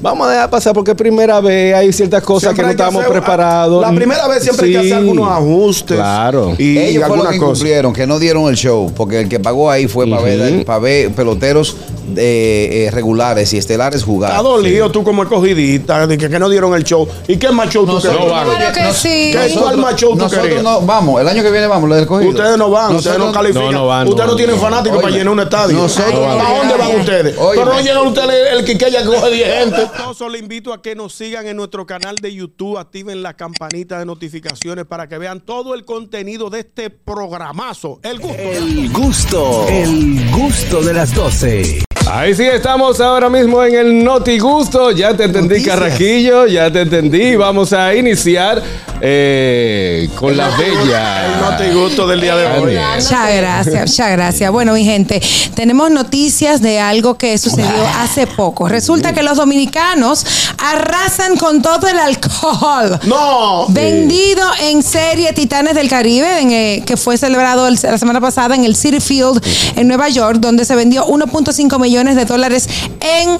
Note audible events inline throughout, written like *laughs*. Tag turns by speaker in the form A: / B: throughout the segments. A: Vamos a dejar pasar porque es primera vez hay ciertas cosas
B: Siempre
A: que no
B: hay que
A: estábamos
B: hacer-
A: preparados.
B: La primera vez siempre hay que
A: Sí.
B: hacer algunos ajustes.
A: Claro.
B: Y, y
C: Ellos fueron los
B: algunas
C: que
B: cosas.
C: cumplieron, que no dieron el show, porque el que pagó ahí fue para, ver, para ver peloteros eh, eh, regulares y estelares jugar.
B: Está dolido Ah, tú como escogidita, de que, que no dieron el show. ¿Y qué más show tú querías?
D: no van.
E: Claro que sí.
B: ¿Qué
C: Nosotros-
B: cuál más show tú
C: nosotros
B: querías?
C: no vamos, el año que viene vamos, lo del escogido.
B: Ustedes no van, ustedes no
C: Nosotros-
B: califican.
D: No, no van, no
B: ustedes no,
D: van.
B: tienen fanáticos para
C: Oye,
B: llenar un estadio. Ah,
C: nosotros
B: ¿A
C: no
B: dónde
E: vamos.
B: van ustedes?
C: Oye.
B: Pero no llegan ustedes el Quiqueya que coge 10 gente.
F: Solo le invito a que nos sigan en nuestro canal de YouTube, activen la campanita de notificaciones para que vean todo el contenido de este programazo. El gusto.
G: El gusto, el gusto de las 12.
A: Ahí sí estamos ahora mismo en el Noti Gusto. Ya te entendí,
C: Noticias.
A: Carraquillo, ya te entendí. Vamos a iniciar eh, con la
B: El
A: bella.
B: no te gusto del día de hoy.
A: Daniel.
E: Muchas gracias, muchas gracias. Bueno, mi gente, tenemos noticias de algo que sucedió hace poco. Resulta que los dominicanos arrasan con todo el alcohol.
B: No.
E: Vendido en serie Titanes del Caribe, en, eh, que fue celebrado el- la semana pasada en el City Field en Nueva York, donde se vendió 1.5 millones de dólares en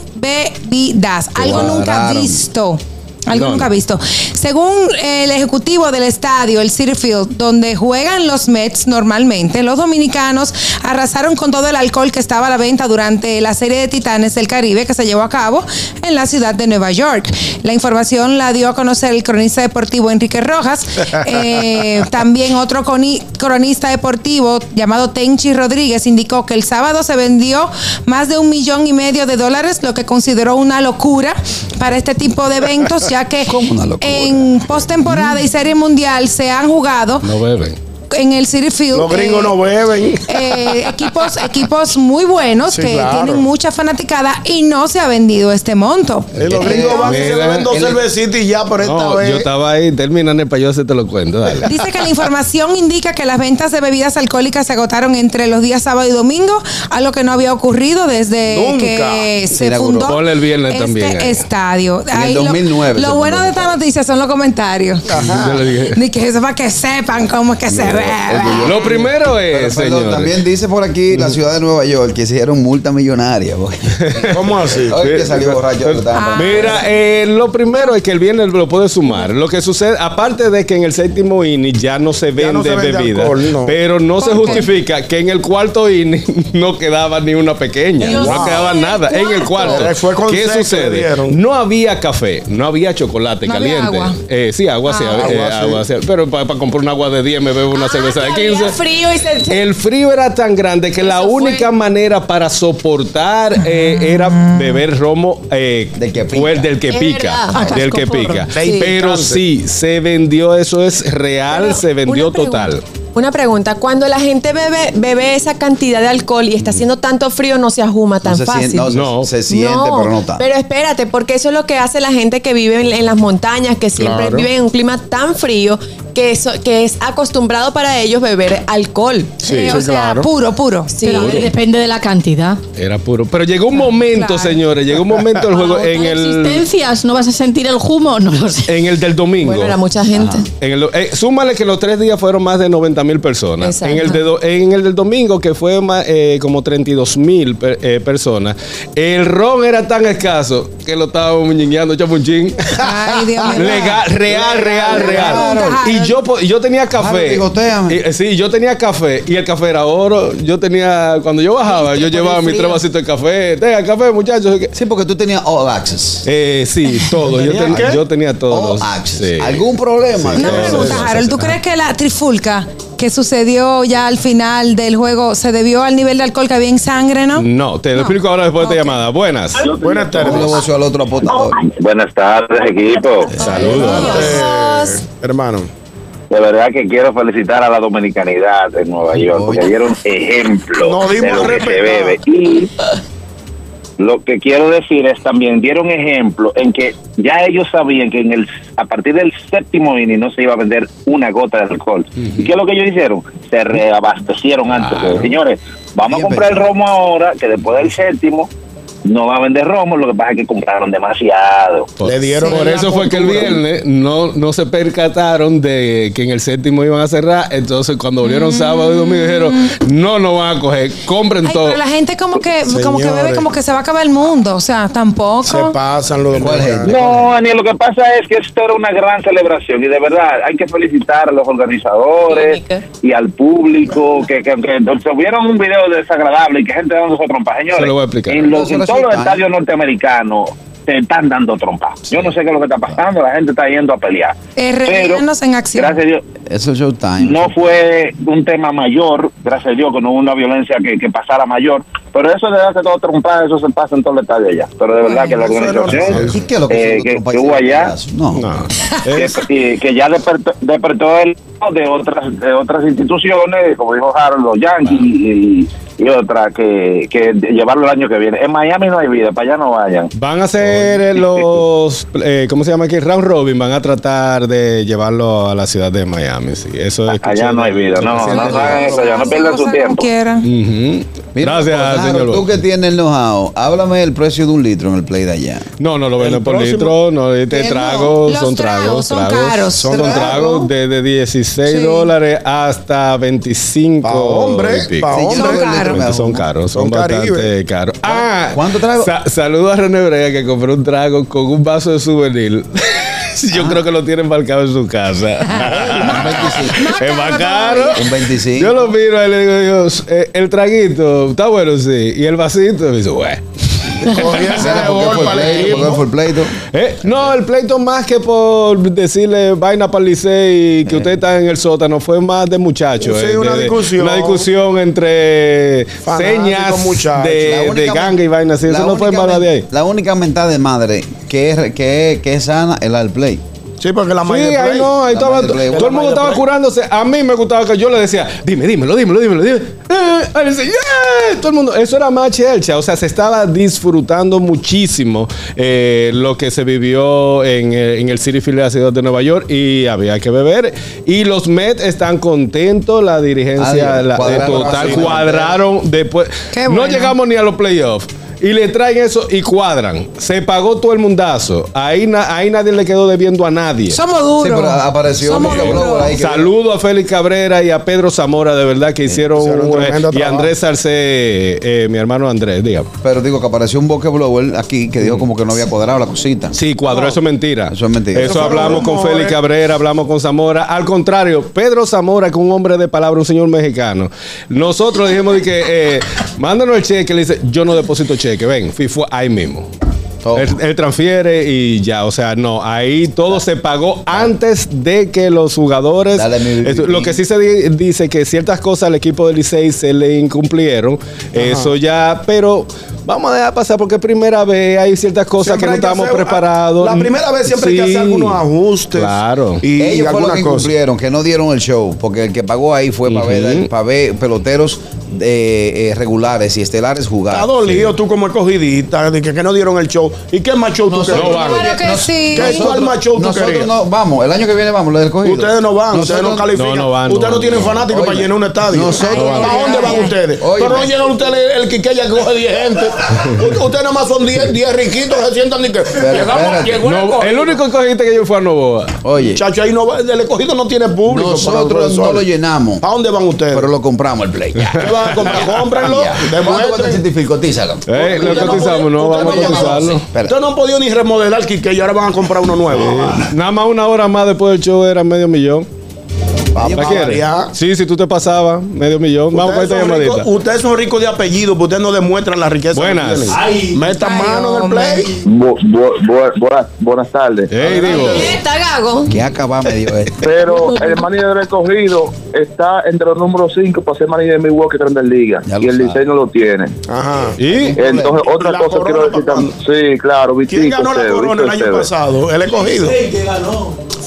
E: bebidas. Algo nunca
C: Claro.
E: visto. Algo
A: No,
E: nunca
A: no.
E: visto. Según el ejecutivo del estadio, el City Field, donde juegan los Mets normalmente, los dominicanos arrasaron con todo el alcohol que estaba a la venta durante la serie de Titanes del Caribe que se llevó a cabo en la ciudad de Nueva York. La información la dio a conocer el cronista deportivo Enrique Rojas, eh, también otro coni- cronista deportivo llamado Tenchi Rodríguez indicó que el sábado se vendió más de un millón y medio de dólares, lo que consideró una locura para este tipo de eventos, ya que
C: ¿Cómo una locura?
E: en postemporada y serie mundial se han jugado
A: No beben.
E: en el City Field.
B: Los gringos
E: eh,
B: no beben.
E: eh, equipos, equipos muy buenos
B: Sí,
E: que
B: claro.
E: tienen mucha fanaticada y no se ha vendido este monto.
B: Eh, Los gringos van y se
A: mira,
B: beben dos
C: el-
B: cervecitas y ya, pero esta
A: No,
B: vez.
A: yo estaba ahí, terminan para yo hacerte lo cuento. Dale.
E: Dice que la información indica que las ventas de bebidas alcohólicas se agotaron entre los días sábado y domingo, algo que no había ocurrido desde
B: Nunca.
E: que
C: Se
E: se
C: inauguró.
E: fundó
A: Ponle el viernes
E: este
A: también ahí.
E: estadio.
C: el
E: Ahí lo-
C: 2009
E: Lo,
C: se
E: bueno
C: fundó.
E: de esta noticia son los comentarios.
B: Ah.
A: Yo le dije.
E: Ni que eso para que sepan cómo es que se bebe.
A: Lo primero es,
C: Pero
A: señor.
C: también dice por aquí la ciudad de Nueva York que hicieron multa millonaria. porque- *laughs*
B: ¿Cómo así?
C: Hoy que salió borracho.
A: Ah,
C: lo estaban
E: Ah.
C: parando.
A: Mira, eh, lo primero es que el viernes lo puede sumar. Lo que sucede, aparte de que en el séptimo inning ya no se vende,
B: no se vende
A: bebida,
B: alcohol, no.
A: pero no se
E: ¿Por qué?
A: justifica que en el cuarto inning *laughs* no quedaba ni una pequeña,
E: Dios
A: no
E: mío,
A: quedaba
E: ¿en el
A: nada. En el
E: cuarto?
A: cuarto,
B: Eh, fue con
A: ¿qué
B: sed que le
A: sucede?
B: dieron.
A: No había café, no había chocolate
E: No había
A: caliente.
E: agua.
A: Eh, sí, agua, sí,
E: Ah.
A: eh,
B: Agua, sí.
A: agua, sí. Pero para comprar un agua de 10 me bebo una
H: Ah,
A: cerveza de Eh, 15.
E: frío y se
A: El frío era tan grande que la
E: Eso fue.
A: única manera para soportar eh, era beber romo eh,
C: Del que pica.
A: fuerte, del que
E: Es
A: pica,
E: verdad.
A: del que
E: Cascoporro.
A: pica.
E: Sí.
A: Pero sí, se vendió, eso es real,
H: Pero
A: se vendió
H: una pregunta,
A: total.
H: Una pregunta, cuando la gente bebe, bebe esa cantidad de alcohol y
A: Mm.
H: está haciendo tanto frío, no se ajuma tan
C: No se
H: fácil.
C: siente, no, se-
A: No.
C: se siente, pero no tanto.
H: pero espérate, porque eso es lo que hace la gente que vive en, en las montañas, que siempre
A: Claro.
H: vive en un clima tan frío que, eso, que es acostumbrado para ellos beber alcohol.
E: Eh, o sea, puro, puro.
H: Sí.
I: Pero depende de la cantidad.
A: Era puro. Pero llegó un momento,
E: Claro.
A: señores, llegó un momento del juego
I: Agotar
A: en el,
I: existencias, ¿no vas a sentir el humo? No lo sé.
A: en el del domingo.
H: Bueno, era mucha gente.
A: En el- eh, súmale que los tres días fueron más de 90 mil personas.
H: Exacto.
A: En el, de do- en el del domingo, que fue ma- eh, como 32 mil per- eh, personas, el ron era tan escaso que lo estábamos muñeñando, chapunchín.
E: Ay, Dios
A: *laughs*
E: mío.
A: Legal, real, real, real.
E: Claro.
A: Y yo, po- yo tenía café.
C: Claro, picoteame.
A: Y- eh, sí, yo tenía café y el café era oro. Yo tenía, cuando yo bajaba, yo
H: por
A: llevaba
H: el
A: mis tres
H: frío.
A: vasitos de café. Tenga café, muchachos.
C: Sí, porque tú tenías all access.
A: Eh, sí, todo. yo,
B: ¿Tenía
A: ten-
B: qué? Oh, ah,
A: yo tenía todo.
C: All access.
A: Sí.
C: ¿Algún problema?
E: Una
A: Sí, sí,
E: pregunta,
A: sí, sí,
E: Harold.
A: sí.
E: ¿Tú crees que la trifulca que sucedió ya al final del juego se debió al nivel de alcohol que había en sangre, no?
A: No, te lo
E: No.
A: explico ahora después de
E: Ok.
A: esta llamada. Buenas.
B: Buenas
C: Le
B: tardes.
C: voció al otro apostador.
J: Buenas tardes, equipo.
B: Eh, hermano.
J: De verdad que quiero felicitar a la dominicanidad en Nueva York, porque dieron ejemplo
B: No dimos
J: de lo que se
B: respeto.
J: bebe. Y lo que quiero decir es también, dieron ejemplo en que ya ellos sabían que en el a partir del séptimo inning no se iba a vender una gota de alcohol. ¿Y qué es lo que ellos hicieron? Se reabastecieron antes. Señores, vamos
C: Bien
J: a comprar el
C: pensado.
J: romo ahora, que después del séptimo no va a vender romo, lo que pasa es que compraron demasiado.
A: Por,
B: Le dieron
A: por
B: la
A: eso fue que el
B: cultura.
A: viernes no, no se percataron de que en el séptimo iban a cerrar. Entonces, cuando volvieron sábado y domingo, dijeron: No, no van a coger, compren
E: Mm. Ay,
A: todo.
E: pero la gente como que, como que bebe
B: Señores.
E: como que se va a acabar el mundo. O sea, tampoco.
B: Se pasan los
C: ¿Cuál
B: dominicanos.
C: gente?
J: No, Daniel, lo que pasa es que esto era una gran celebración y de verdad hay que felicitar a los organizadores y al público que, que, que se vieron un video desagradable y que gente dando trompas. Señores,
A: Se lo voy a explicar.
J: en, los-
C: Eso
J: en todos
C: resulta,
J: los
C: ¿eh?
J: estadios norteamericanos se están dando trompas. Yo no sé qué es lo que está pasando, la gente está yendo a pelear.
E: Eh, reunirnos en acción.
J: Gracias a Dios,
C: Es el showtime.
J: no fue un tema mayor, gracias a Dios que no hubo una violencia que, que pasara mayor, pero eso de darse todo trompado, eso se pasa en todo el estadio allá. Pero de verdad que la
B: eso era
J: organización
C: ¿Y qué es lo
J: eh,
C: que, son
J: que-
C: otros
J: que
C: países?
J: hubo allá,
C: No.
B: No.
J: que,
E: *laughs*
J: y que ya despertó, despertó el de otras de otras instituciones, como dijo Harold, los Yankees y, y otras, que, que llevarlo el año que viene. En Miami no hay vida, para allá no vayan.
A: Van a hacer eh, los, eh, ¿cómo se llama aquí? Round Robin, van a tratar de llevarlo a la ciudad de Miami, sí. Eso es
J: Allá no hay vida, no, no hagan eso, ya no
E: Hacen
J: pierdan su
E: cosas como
J: tiempo.
E: quieran.
C: Mira,
A: Gracias,
C: Gonzalo,
A: señor.
C: Tú
A: Bosch.
C: que tienes el know-how, háblame el precio de un litro en el play de allá.
A: No, no lo venden
B: El
A: por
B: próximo-
A: litro, no, este
E: Eh,
A: trago,
E: no, los
A: son
E: tragos
A: tragos,
E: son
A: tragos,
E: caros.
A: Son
E: Trago.
A: tragos desde 16
E: Sí.
A: dólares hasta 25.
B: Pa' hombre,
A: y pico.
B: pa'
C: yo
B: hombre.
C: veo el litro, me
A: Estos
C: hago
A: son
C: una.
A: caros, son,
B: Son
A: bastante
B: Caribe.
A: caros. Ah,
C: ¿Cuánto trago?
A: sa- saludo a René Brea que compró un trago con un vaso de souvenir. *laughs* Yo
B: Ah.
A: creo que lo tiene embarcado en su
E: *laughs*
A: casa.
C: Un 25.
A: es más caro.
C: Un 25.
A: Yo lo miro y le digo, Dios, eh, el traguito está bueno, sí. Y el vasito, me dice, "Bueno".
B: Cogía ese
C: Mira, ¿por
B: gol
C: qué fue el
B: para el
C: pleito?
B: equipo.
C: ¿Por qué fue el pleito?
A: Eh, No, el pleito más que por decirle vaina para el licey y que usted está en el sótano, fue más de muchachos.
B: Sí,
A: eh, de-
B: una
A: de-
B: discusión.
A: Una discusión entre
B: Fanáticos,
A: señas Eh,
B: muchachos.
A: de,
C: La única-
A: de ganga y vaina así.
C: la
A: Eso no fue
C: única
A: más de
C: men-
A: ahí.
C: La única mentada de madre que es, que es, que es sana es la del play.
B: Sí, porque la
A: Sí,
B: mayoría.
A: ahí no, ahí
C: La
A: estaba,
C: Maya Play,
A: todo
C: la
A: el mundo
B: Maya
A: estaba
B: Play.
A: curándose. A mí me gustaba que yo le decía, dime, dímelo, dímelo, dímelo, dime. Eh, él decía, "Yeah", todo el mundo, eso era más chelcha, o sea, se estaba disfrutando muchísimo eh, lo que se vivió en, eh, en el City Field de la ciudad de Nueva York y había que beber. Y los Mets están contentos, la dirigencia
C: Adiós.
A: la- eh,
C: Cuadraron
A: total
C: así,
A: cuadraron después.
E: Qué
A: No
E: bueno.
A: llegamos ni a los playoffs. Y le traen eso y cuadran. Se pagó todo el mundazo. Ahí, na- ahí nadie le quedó debiendo a nadie.
E: Somos
C: Sí,
E: duros.
C: pero ah, apareció
E: Somos
C: Miguel
E: duros.
C: Bravo ahí que-
A: Saludo a Félix Cabrera y a Pedro Zamora, de verdad que hicieron
B: hicieron un
A: un, eh,
B: tremendo
A: y a
B: trabajo.
A: Andrés Arce, eh, mi hermano Andrés, diga.
C: Pero digo que apareció un bokeh blower aquí que
A: Mm.
C: dijo como que no había cuadrado la cosita.
A: Sí, cuadro, eso es mentira.
C: Eso es mentira.
A: Eso
C: Eso fueron
A: hablamos con
B: rumores.
C: ¿eh?
A: Félix Cabrera, hablamos con Zamora. Al contrario, Pedro Zamora, que es un hombre de palabra, un señor mexicano. Nosotros dijimos de que eh, mándanos el cheque, le dice, yo no deposito cheque, ven, fue ahí mismo.
C: Toma.
A: Él, él transfiere y ya, o sea, no, ahí todo se pagó antes de que los jugadores...
C: Dale mi-
A: Esto- lo que sí se di- dice que ciertas cosas al equipo del Licey se le incumplieron, eso ya, pero vamos a dejar pasar porque es primera vez, hay ciertas cosas cosas que
B: Siempre
A: no
B: hay que
A: estamos
B: hacer-
A: preparados.
B: La primera vez siempre hay que
A: Sí.
B: hacer algunos ajustes.
A: Claro.
B: Y, y
C: Ellos fueron los
B: algunas
C: que
B: cosas.
C: incumplieron, que no dieron el show, porque el que pagó ahí fue para, ver, para ver peloteros eh, eh, regulares y estelares
B: Está
C: jugar.
B: dolido tú como escogidita, de que, que no dieron el show. ¿Y qué más show tú
C: Nosotros-
B: querías?
A: van.
E: Claro que sí.
B: ah, ¿Qué cuál más show tú
C: Nosotros
B: querías?
C: no vamos, el año que viene vamos, lo del escogido.
B: Ustedes no van, ustedes no
C: Nosotros-
B: califican.
A: No, no van, no
B: ustedes no,
A: van,
B: tienen
A: no.
B: fanáticos para
C: Oye,
B: llenar un estadio.
C: nosotros no
B: ¿Para
C: van.
B: dónde van
E: Oye.
B: ustedes?
C: Oye.
B: Pero no llegan ustedes el, el que ya coge 10 gente. U- ustedes nada más son 10 10 riquitos, se sientan y que. Llegamos,
C: espérate,
B: llegó el
A: No, eh,
B: escogido.
A: el único cogiste que yo fue a Novoa.
C: Oye,
B: Chacho, ahí no va, el escogido no tiene público. para los
C: nosotros no lo
B: profesores.
C: llenamos,
B: ¿A dónde van ustedes?
C: pero lo compramos el play. Ya.
B: ¿Qué van a comprar? Cómprenlo,
C: *laughs* Ya. ¿Cuánto cuesta el
B: demuestren.
C: científico? Cotízalo.
A: Eh, lo
B: Ustedes no
A: cotizamos,
B: podían-
A: no,
B: ustedes
A: vamos a
B: no llamaban.
A: cotizarlo.
C: Espera.
B: Ustedes no han podido ni remodelar Quique y ahora van a comprar uno nuevo. Ah.
A: Nada más una hora más después del show era medio millón.
B: Vamos
A: ¿La
B: a
A: quieres?
B: variar.
A: Sí, si tú te pasabas, medio millón. Vamos con esta
B: Ustedes son
A: llamadita.
B: ricos- Ustedes son ricos de apellido, pero ustedes no demuestran la riqueza. que
A: Buenas.
B: tienen. Metan
E: Ay,
B: mano en el
E: hombre.
B: play.
J: Bu- bu- bu- buenas- buenas tardes.
C: Eh.
A: Ey, digo.
I: Está gago.
C: Que acaba este? medio esto.
J: Pero el manager del escogido está entre los números 5 para ser manager de Milwaukee Grandes Ligas.
C: Ya lo
J: Y el
C: sabe.
J: diseño lo tiene.
B: Ajá.
A: ¿Y?
J: Entonces, otra
B: La
J: cosa
B: corona,
J: quiero decir
B: papá.
J: también. Sí, claro,
B: ¿Quién
J: Vitico.
B: ganó la
J: Esteves,
B: corona el
J: Vitico
B: año
J: Esteves.
B: pasado? El escogido.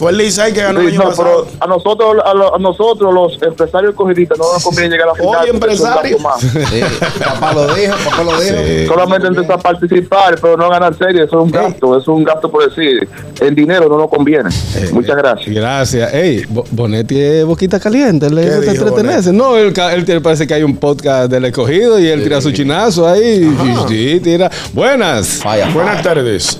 F: Fue el Licey que ganó el
D: Sí,
F: año
D: no,
F: pasado.
D: pero a nosotros, a, lo- a nosotros los empresarios cogidistas no nos conviene llegar a la final.
F: Oye,
D: porque son
F: empresario.
D: tantos más.
C: Sí, papá lo dijo, papá lo dijo.
D: Solamente empieza a participar, pero no ganar series, eso es un gasto, eso es un gasto por decir. El dinero no nos conviene.
K: Eh,
D: Muchas gracias.
A: Gracias. Ey, Bo- Bonetti es boquita caliente. Le
F: ¿Qué
A: gusta
F: dijo
A: entretenerse. No, él, ca- él tiene- parece que hay un podcast del escogido y él tira su chinazo ahí. Sí, tira. Buenas.
C: Falla.
F: Buenas tardes.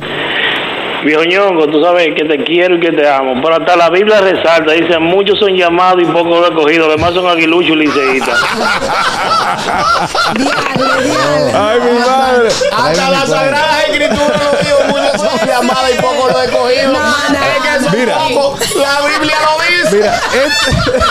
K: Viejo Ñongo, tú sabes que te quiero y que te amo, pero hasta la Biblia resalta, dice, muchos son llamados y pocos lo he cogido, los demás son aguiluchos y liceístas.
E: Diablo, diablo.
A: Ay, mi madre.
B: Hasta la Sagrada Escritura lo dijo, muchos son llamadas y poco lo he cogido.
E: No, no,
B: es que son
A: Mira.
B: pocos. La Biblia lo dice.
A: Mira, este-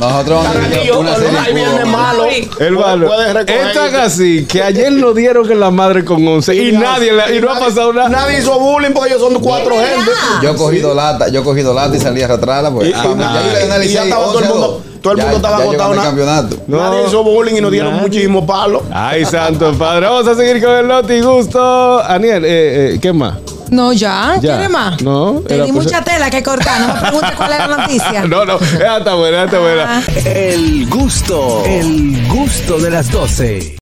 C: Nosotros vamos a tener
B: Tranquilo,
C: una serie
B: ahí viene
C: en Cuba.
B: malo.
A: el valor.
B: Puedes recoger.
A: Esta casi que ayer lo dieron en la madre con 11 y, nadie la- y no ha
B: nadie-
A: pasado nada.
B: Nadie hizo bullying porque ellos son cuatro gente.
C: Yo he cogido lata, yo he cogido lata y salí a arrastrarla. Pues,
B: Y- y nada, y ya estaba todo el mundo- todo el mundo estaba
C: agotado.
B: agotado,
C: el
B: nada.
C: campeonato.
A: No.
B: Nadie hizo bullying y nos dieron
A: Nadie.
B: muchísimos palos.
A: Ay, santo padre. Vamos a seguir con el Loti Gusto. Aniel, eh, eh, ¿qué más?
E: No, ya.
A: Ya.
E: ¿Quiere más?
A: No,
E: Te
A: era
E: di
A: por-
E: mucha tela que cortar. No me preguntes cuál es
A: *laughs*
E: la noticia. Ah.
A: No, no, esa está buena, esa está buena.
G: El gusto, el gusto de las 12.